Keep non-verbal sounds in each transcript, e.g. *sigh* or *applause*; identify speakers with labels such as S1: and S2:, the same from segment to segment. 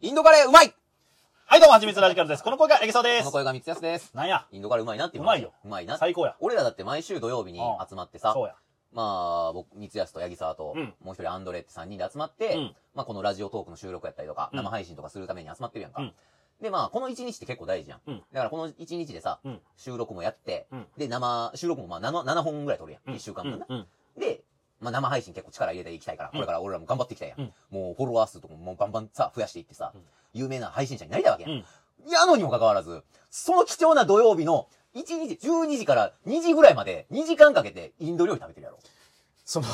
S1: インドカレーうまい
S2: はい、どうも、はちみつラジカルです。この声がエゲソで
S1: こ
S2: す
S1: の。声が三つ安です。
S2: なんや。
S1: インドカレーうまいなって言
S2: うまいよ
S1: うまいな。
S2: 最高や。
S1: 俺らだって毎週土曜日に集まってさ、
S2: そうや。
S1: まあ、僕、三つ安と八木沢と、
S2: うん
S1: もう一人アンドレって3人で集まって、
S2: うん
S1: まあこのラジオトークの収録やったりとか、
S2: うん
S1: 生配信とかするために集まってるやんか。
S2: うん
S1: で、まあ、この1日って結構大事やん。
S2: うん
S1: だからこの1日でさ、
S2: うん
S1: 収録もやって、
S2: うん
S1: で、生、収録もまあ 7, 7本ぐらい撮るやん。
S2: うん
S1: 1週間分な。
S2: うんうん。
S1: で、まあ、生配信結構力入れていきたいから、
S2: うん
S1: これから俺らも頑張っていきたいやん。
S2: うん
S1: もうフォロワー数とかももうバンバンさ、増やしていってさ、
S2: うん
S1: 有名な配信者になりたいわけやん。
S2: うん
S1: やのにもかかわらず、その貴重な土曜日の1日、12時から2時ぐらいまで2時間かけてインド料理食べてるやろ。
S2: その、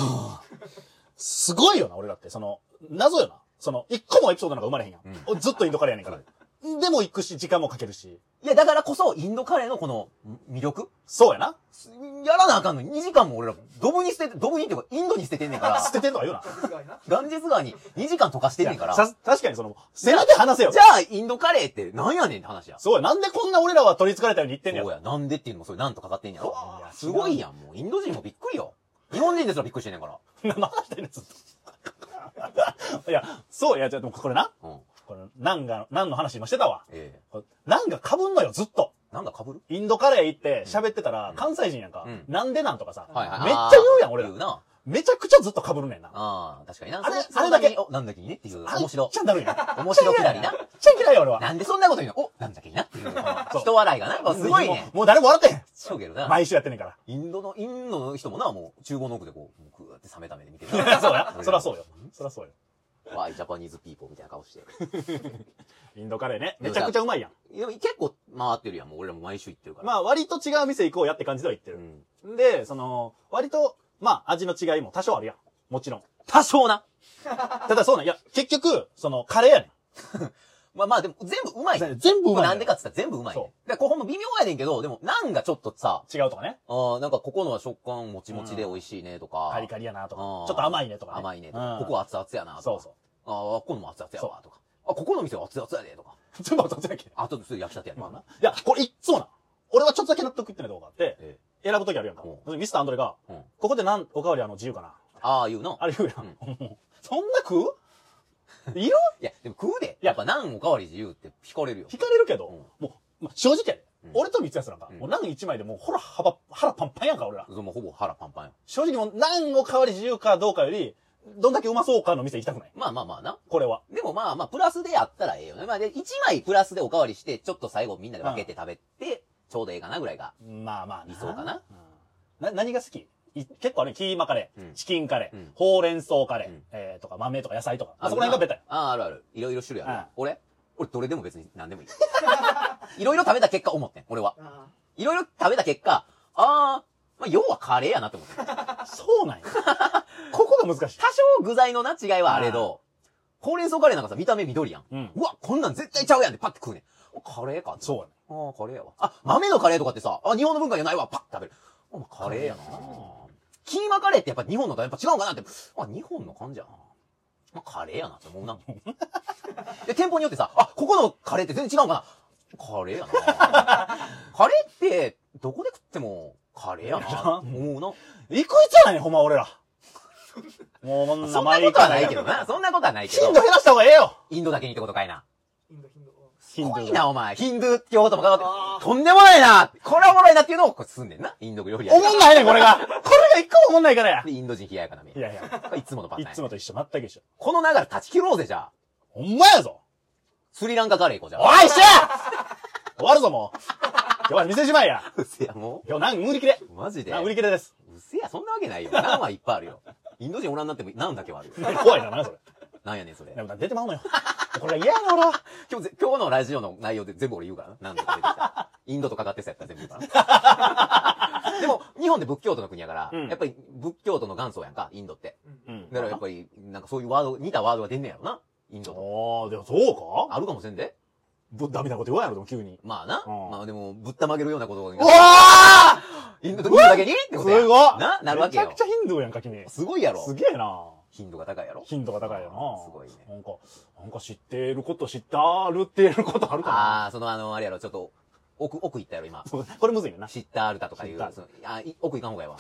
S2: すごいよな、俺だって。その、謎よな。その、一個もエピソードなんか生まれへんやん。ずっとインドカレーやねんから。でも行くし、時間もかけるし。
S1: いや、だからこそ、インドカレーのこのん魅力
S2: そうやな。
S1: すやらなあかんのに、2時間も俺ら、ドブに捨てて、ドブにっていうか、インドに捨ててんねんか
S2: *laughs* 捨ててんとか言うな。
S1: ら、ガンジス川に2時間溶かしてんねんから、
S2: いや
S1: じ
S2: さ確かにその、せめて話せよ
S1: ゃ。あ、インドカレーってなんやねんって話や。
S2: そうや、なんでこんな俺らは取り憑かれたように言ってんねや
S1: そう。や、なんでっていうのもそれなんとかかってんやろ
S2: いや。
S1: すごいやん、もう。インド人もびっくりよ。日本人ですらびっくりしてんねんから。
S2: 生話してんねん、ずっと。い *laughs* や、そう、いや、じゃあでもこれな。
S1: うん。
S2: これ、なんが、なんの話今してたわ。
S1: ええ
S2: これなんが被んのよ、ずっと。
S1: なんだ被る
S2: インドカレー行って喋ってたら、関西人やんか、
S1: うん
S2: なんでなんとかさ、
S1: はいはい。
S2: めっちゃ言うやん、俺ら
S1: 言う。な。
S2: めちゃくちゃずっと被るねんな。
S1: ああ、確かにな。
S2: あれ
S1: その
S2: あれだけ
S1: その時にお、なんだっけにねっていう、
S2: あれ
S1: 面白
S2: ち。ゃんだるいやん。
S1: 面白くなりな。
S2: ちゃん嫌いよ、俺は。
S1: なんでそんなこと言うのお、なんだっけになっていう、こ
S2: そ
S1: の
S2: う
S1: *laughs* 人笑いがな。やっぱすごいね
S2: も。う。もう誰も笑ってへん。
S1: しょげるな。
S2: 毎週やってんねんから。
S1: インドの、インドの人もな、もう、厨房の奥でこう、もうグーって冷めた目で見てる。 *laughs*
S2: いやそうや。そら *laughs* そうよ。そらそうよ。
S1: わい、ジャパニーズピーポーみたいな顔して。
S2: インドカレーね。めちゃくちゃうまいやん。
S1: いや結構回ってるやん、もう俺らも毎週行ってるから。
S2: まあ、割と違う店行こうやって感じでは言って
S1: う
S2: る。
S1: ん。
S2: で、その、割と、まあ、味の違いも多少あるやん。もちろん。
S1: 多少な。
S2: *laughs* ただそうなん、いや、結局、その、カレーやね
S1: まあまあ、でも、全部うまいね。
S2: ん。全部うまいねん。
S1: なんでかっつったら全部うまいね。だ
S2: そ
S1: からここも微妙やねんけど、でも、なんがちょっとさ、
S2: 違うとかね。
S1: あーなんかここのは食感もちもちで美味しいねとか、
S2: カリカリやなとか。ち
S1: うん
S2: ょっと甘いねとか、ね。
S1: 甘いねと
S2: う
S1: か
S2: ん、
S1: ここは熱々やなとか、
S2: そうそう。
S1: あーここのも熱々やわとか、あ、ここの店は熱々やでとか、
S2: *laughs* 全部当たってなきゃ。
S1: あとそれ焼きたてやで、
S2: まあな。いや、これいっつもな。俺はちょっとだけ納得いってない動画あって、
S1: え
S2: 選ぶときあるやんか
S1: うん。
S2: それミスターアンドレが、
S1: えうん。
S2: ここでなん、おかわりあの自由かな。
S1: ああいうの。
S2: あれ言うやん。
S1: うん
S2: もう *laughs* そんな食ういる
S1: いや、でも食うで。
S2: いや
S1: やっぱ何おかわり自由って惹かれるよ。
S2: 惹かれるけど、もう、まあ正直やで。
S1: うん
S2: 俺と三つやつなんか、
S1: うん
S2: もうナン一枚でもうほら幅、腹パンパンやんか、俺ら。
S1: そうもうほぼ腹パンパンよ。
S2: 正直もうナンおかわり自由かどうかより、どんだけうまそうかの店行きたくない。
S1: まあまあまあな。
S2: これは。
S1: でもまあまあ、プラスでやったらええよね。まあで、1枚プラスでおかわりして、ちょっと最後みんなで分けて食べて、ちょうどええかなぐらいが。
S2: まあまあな
S1: 理想かな。
S2: うんな、何が好きい結構あるね。キーマカレー、
S1: うん
S2: チキンカレー、
S1: うん
S2: ほうれん草カレー、
S1: うん
S2: えーとか豆とか野菜とか。あそこら辺がベタや。
S1: ああ、あるある。いろいろ種類あ
S2: うん
S1: る。俺俺どれでも別に何でもい *laughs* い。いろいろ食べた結果思ってん、俺は。いろいろ食べた結果、ああ、まあ要はカレーやなって思ってん。多
S2: そうなんや。 *laughs* ここが難しい。
S1: 少具材のな違いはあれど、ほうれん草カレーなんかさ、見た目緑やん。
S2: うん。
S1: うわ、こんなん絶対ちゃうやんってパッて食うねん。おカレーかって
S2: そうやね。
S1: ああ、カレーやわ。あ、豆のカレーとかってさ、あ、日本の文化じゃないわ、パッ食べる。あ、まあカレーやな
S2: カレーやな。
S1: キーマカレーってやっぱ日本のとやっぱ違うんかなって。あ、日本の感じやな。まあ、カレーやなって思う *laughs* な。で、店舗によってさ、あ、ここのカレーって全然違うんかな。カレーやな。 *laughs* カレーって、どこで食っても、カレーやな。思
S2: いくいつやないねんほんま俺ら。もうこん
S1: うな。
S2: な
S1: そんなことはないけどな。そんなことはないけ
S2: 頻
S1: ど
S2: 度。減らした方がええよ
S1: インドだけにってことかいな。
S3: インド頻度を
S2: 頻
S1: 濃
S2: 度
S1: いな、お前。ヒンドゥー教ともかか
S3: あ
S1: っ
S3: ー
S1: て。とんでもないな。これおもろいなっていうのを、こう、進んでんな。インド料理や
S2: おもんないねん、これが。これが一個もおもんないからや。
S1: で、インド人冷ややかなみ
S2: いやいや、
S1: これいつものパターン
S2: い
S1: や。
S2: つもと一緒、全く一緒。
S1: この流れ断ち切ろうぜ、じゃあ。
S2: ほんまやぞ。
S1: スリランカカレー行こう、じゃ
S2: お
S1: あ。
S2: い、一緒や終わるぞ、もう。今日は店じまいや。
S1: うせや、も
S2: 今日なん、売り切れ。
S1: う。マジで。
S2: なん、売り
S1: う
S2: 切れです。
S1: せや、そんなわけないよ。ナンはいっぱいあ
S2: *laughs*
S1: るよ。インド人おらんなっても、ナンだけはあるよ。
S2: 怖いな、な、それ。
S1: なんやねん、それ
S2: で。も出てまうのよ。これが嫌やな、俺は。
S1: 今日ぜ、今日のラジオの内容で全部俺言うからな。ナンとか出てきた
S2: *laughs*
S1: ら。インドとかかってさやったら全部言うからな。でも、日本で仏教徒の国やから、
S2: うん
S1: やっぱり仏教徒の元祖やんか、インドって。
S2: うん
S1: だからやっぱり、なんかそういうワード、似たワードが出んねやろな。インドと。
S2: おー、でもそうか
S1: あるかもしれんで。
S2: ぶダメなこと言わんやろ、でも急に。
S1: まあな。
S2: うん
S1: まあでも、ぶったまげるようなこと
S2: おー
S1: インドとインドだけにって
S2: す
S1: ことや
S2: ごい
S1: な、なるわけよ
S2: めちゃ。くちゃ頻度やんか、君。
S1: すごいやろ
S2: す。げえな。
S1: 頻度が高いやろ。
S2: 頻度が高いよな。
S1: すごいね
S2: なんか、なんか知ってること知ったるってることあるか
S1: ああ、そのあの、あれやろ、ちょっと、奥、奥行ったやろ、今
S2: な。。そう *laughs* これむずいよな。
S1: シッタールタとかい
S2: シ
S1: う
S2: ッター。ル
S1: そのあい奥行かんほうがやわ。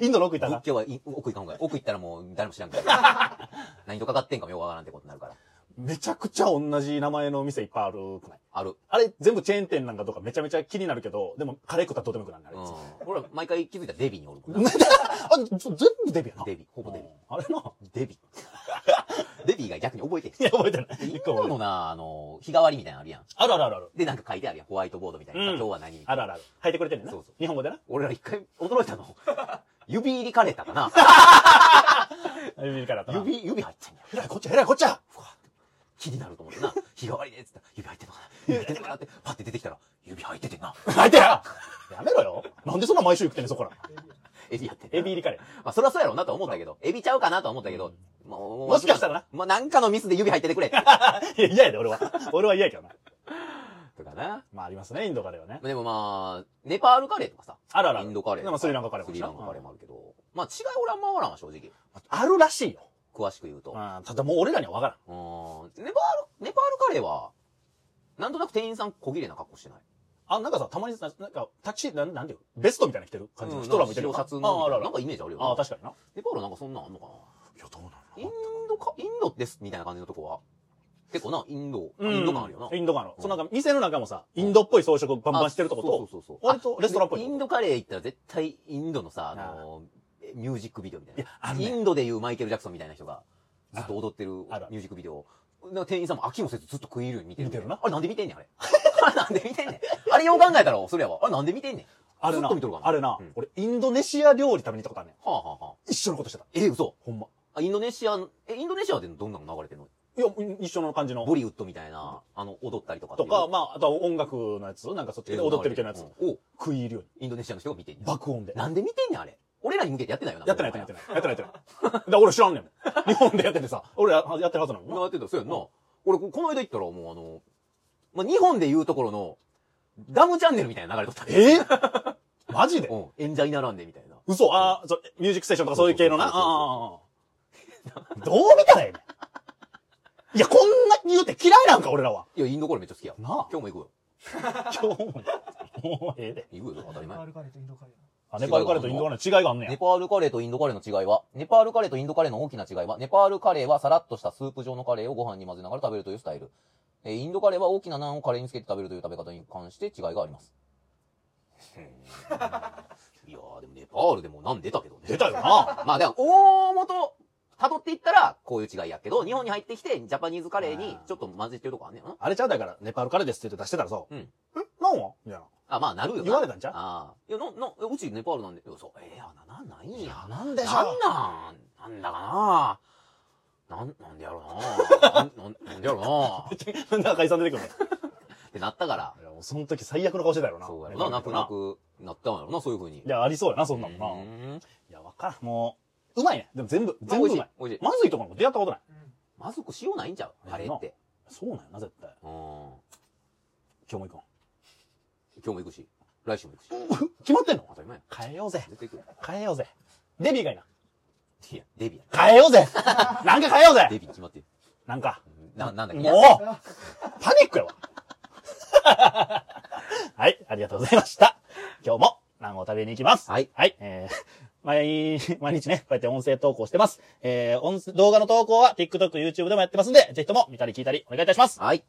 S2: インドの奥行ったな *laughs*
S1: 仏。教はい奥行かんほうがや。奥行ったらもう誰も知らんから。何とかかってんかもよくわからんってことになるから。
S2: めちゃくちゃ同じ名前の店いっぱいあるくない
S1: ある。
S2: あれ、全部チェーン店なんかとかめちゃめちゃ気になるけど、でも、カレー食ったらどうでもよくなるねあ
S1: う
S2: れ
S1: ん
S2: いつ。
S1: 俺、毎回気づいたらデビにおるから。
S2: *laughs* あ、全部デビやな。
S1: デビ、ほぼデビ。
S2: あれな。
S1: デビ。 *laughs* デビが逆に覚えてる。
S2: *laughs* いや、覚えてない。 *laughs* 一個
S1: 今
S2: 覚えてない
S1: のな、あの、日替わりみたいなのあるやん。
S2: あるあるあるある。
S1: で、なんか書いてあるやん。ホワイトボードみたいなさ。
S2: うん
S1: 今日は何みたいな
S2: あるあるある。書いてくれてんねんな。
S1: そうそう
S2: 日本語でな。
S1: 俺ら一回驚いたの。 *laughs* 指入りカレーだったか
S2: *laughs* 指からだった
S1: な。
S2: な。
S1: 指、指入ってんねん。
S2: えらいこっちゃ、えらいこっちゃ。
S1: 気になると思ってな。日替わりでっつったら指入ってんのかな指入ってんのかなって、パッて出てきたら、指入っててんな。
S2: 入ってややめろよ。なんでそんな毎週食ってんねん、そこら。
S1: エビやってんな
S2: エビ入りカレー。
S1: まあ、そりゃそうやろうなとは思ったけど、エビちゃうかなとは思ったけど、も
S2: もしかしたらな。
S1: もうなんかのミスで指入っててくれ。
S2: いや、嫌やで、俺は。俺は嫌やけどな。
S1: とかな。
S2: まあ、ありますね、インドカレーはね。
S1: でもまあ、ネパールカレーとかさ。
S2: あるあるあ
S1: イ
S2: る。
S1: ンドカレーとか。
S2: でもスリランカカレー
S1: ス
S2: も
S1: リ
S2: し
S1: ラ
S2: な
S1: ンカカレーもあるけど。まあ、違い俺はあんまわからんわ、正直。
S2: あるらしいよ。
S1: 詳しく言うと。
S2: うん。ただもう俺らにはわからん。
S1: うーん。ネパール、ネパールカレーは、なんとなく店員さん小切れな格好してない。
S2: あ、なんかさ、たまにさ、なんか、タキシー、なんなんていうベストみたいなの着てる感じの人らもいてるよ
S1: 白シ
S2: な。
S1: ャツの
S2: あ、あるある
S1: なん。かイメージあるよな。
S2: あ、確かにな。い
S1: ネパールなんかそんなんあんのかな
S2: や、どうな
S1: インドか、インドです、みたいな感じのとこは。結構な、インド、インド感あるよな。
S2: インド感ある。
S1: うん
S2: そのなんか、店の中もさ、インドっぽい装飾をバンバンしてるとこ
S1: あそう
S2: と、
S1: そうそうそう。
S2: 割とレストランっぽ
S1: あ
S2: いと
S1: イ
S2: こ
S1: ンドカレー行ったら絶対インドのさ、あの、ミュージックビデオみたいな。
S2: いやあるね
S1: インドでいうマイケル・ジャクソンみたいな人が、ずっと踊ってるミュ
S2: あるある
S1: ージックビデオ。なんか店員さんも飽きもせずずっと食い入るように見てる。
S2: 見てるな
S1: あれなんで見てんねん、あれ。 *laughs* あれなんで見てんねん。あれよう考えたら、それやわ。あれなんで見てんねん。
S2: あれ
S1: ずっ
S2: な
S1: と見とるか、ら
S2: あれな
S1: うん、
S2: 俺、インドネシア料理食べに行ったことあるねん。
S1: はあはあはあ。
S2: 一緒のことしてた。
S1: え、嘘。
S2: ほんま。
S1: あインドネシア、え、インドネシアでどんなの流れてんの
S2: いや、一緒の感じの
S1: ボ。リウッドみたいな、あの、踊ったりとかっていう。
S2: とか、まあ、あとは音楽のやつなんかそっち
S1: え
S2: で踊ってる系のやつ。
S1: うんを、
S2: 食い入るように。
S1: インドネシアの人が見てんねん。
S2: 爆音で。
S1: なんで見てんねん、あれ。俺らに向けてやってないよな。
S2: やってない、やってない、やってない。やってない、やってない。だ俺知らんねん。日本でやっててさ、俺ややってるはずなのに
S1: な
S2: な。
S1: やってた、そうやんな。俺、ここの間行ったらもうあの、まあ、日本で言うところの、ダムチャンネルみたいな流れとった。
S2: えーマジで
S1: うん。演者に並んでみたいな。
S2: 嘘あーそうミュージックステーションとかそういう系のな。あ
S1: そうそう
S2: ーあーあーどう見たらええねん。いや、こんな言うて嫌いなんか、俺らは。
S1: いや、インドコレめっちゃ好きや。
S2: なあ
S1: 今日も行くよ。
S2: 今日も。もうええで。
S1: 行くよ、当たり前
S3: パ。ールカレーとインドカレーな
S2: あ、ネパールカレーとインドカレーの違いがあんね
S1: ネ
S2: や。
S1: パールカレーとインドカレーの違いは、ネパールカレーとインドカレーの大きな違いは、ネパールカレーはさらっとしたスープ状のカレーをご飯に混ぜながら食べるというスタイル。えーインドカレーは大きなナンをカレーにつけて食べるという食べ方に関して違いがあります。 *laughs* いやー、でもネパールでもなん出たけどね。
S2: 出たよな。
S1: *laughs* まあでも、大元、辿っていったら、こういう違いやけど、日本に入ってきて、ジャパニーズカレーに、ちょっと混ぜてるとこあんねんな。
S2: あれちゃうだから、ネパールカレーですって言って出してたらさ、
S1: うん
S2: えなんはみたいな。
S1: あ、まあ、なるよな。
S2: 言われたんちゃう
S1: ああ。いや、な、な、うちネパールなんで、そう、ええや、な、なんないんや。
S2: な
S1: なん
S2: ん
S1: なんなんだかななん、なんでやろうななんなんなんでやろう
S2: *laughs*
S1: な
S2: なんで赤井さん出てくるの
S1: ってなったから。
S2: いやもうその時最悪の顔してたよな。
S1: そうやろな、泣く泣くなったんやろな、そういう風に。
S2: いや、ありそうやな、そんなもん
S1: う
S2: な。
S1: ーん
S2: いや、わからん。もう、うまいね。でも全部、
S1: まあ
S2: 全
S1: 美味
S2: 部う
S1: しい
S2: まい。。
S1: 美味しい。
S2: まずいとこなんか出会ったことない。
S1: まずく塩ないんちゃうカレーって。
S2: そうなんやな、絶対。
S1: うん。今
S2: 今日も行こ
S1: 日も行くし、来週も行くし。
S2: う。決まってんの
S1: 当たり前や。
S2: 変えようぜ。
S1: 絶対行くよ。
S2: 変えようぜ。デビーがいいな。
S1: いや、デビや。
S2: 変えようぜ *laughs* なんか変えよう
S1: デ
S2: ぜ
S1: ビ決まってる。
S2: なんか。
S1: な、なんだっけ
S2: もうパニックやわ *laughs* はい、ありがとうございました。今日も、何を食べに行きます。
S1: はい。
S2: はい、えー、毎、毎日ね、こうやって音声投稿してます。えー、音声、動画の投稿は TikTok、YouTube でもやってますんで、ぜひとも見たり聞いたりお願いいたします。
S1: はい。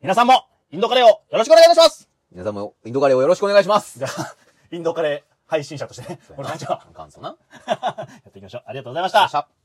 S2: 皆さんも、インドカレーをよろしくお願いいたします
S1: 皆さんもインドカレーをよろしくお願いします。
S2: じゃあ、インドカレー配信者としてね、俺たちは、
S1: 感想な。
S2: やっていきましょう。ありがとうございまし
S1: あ
S2: た
S1: っ。しゃ。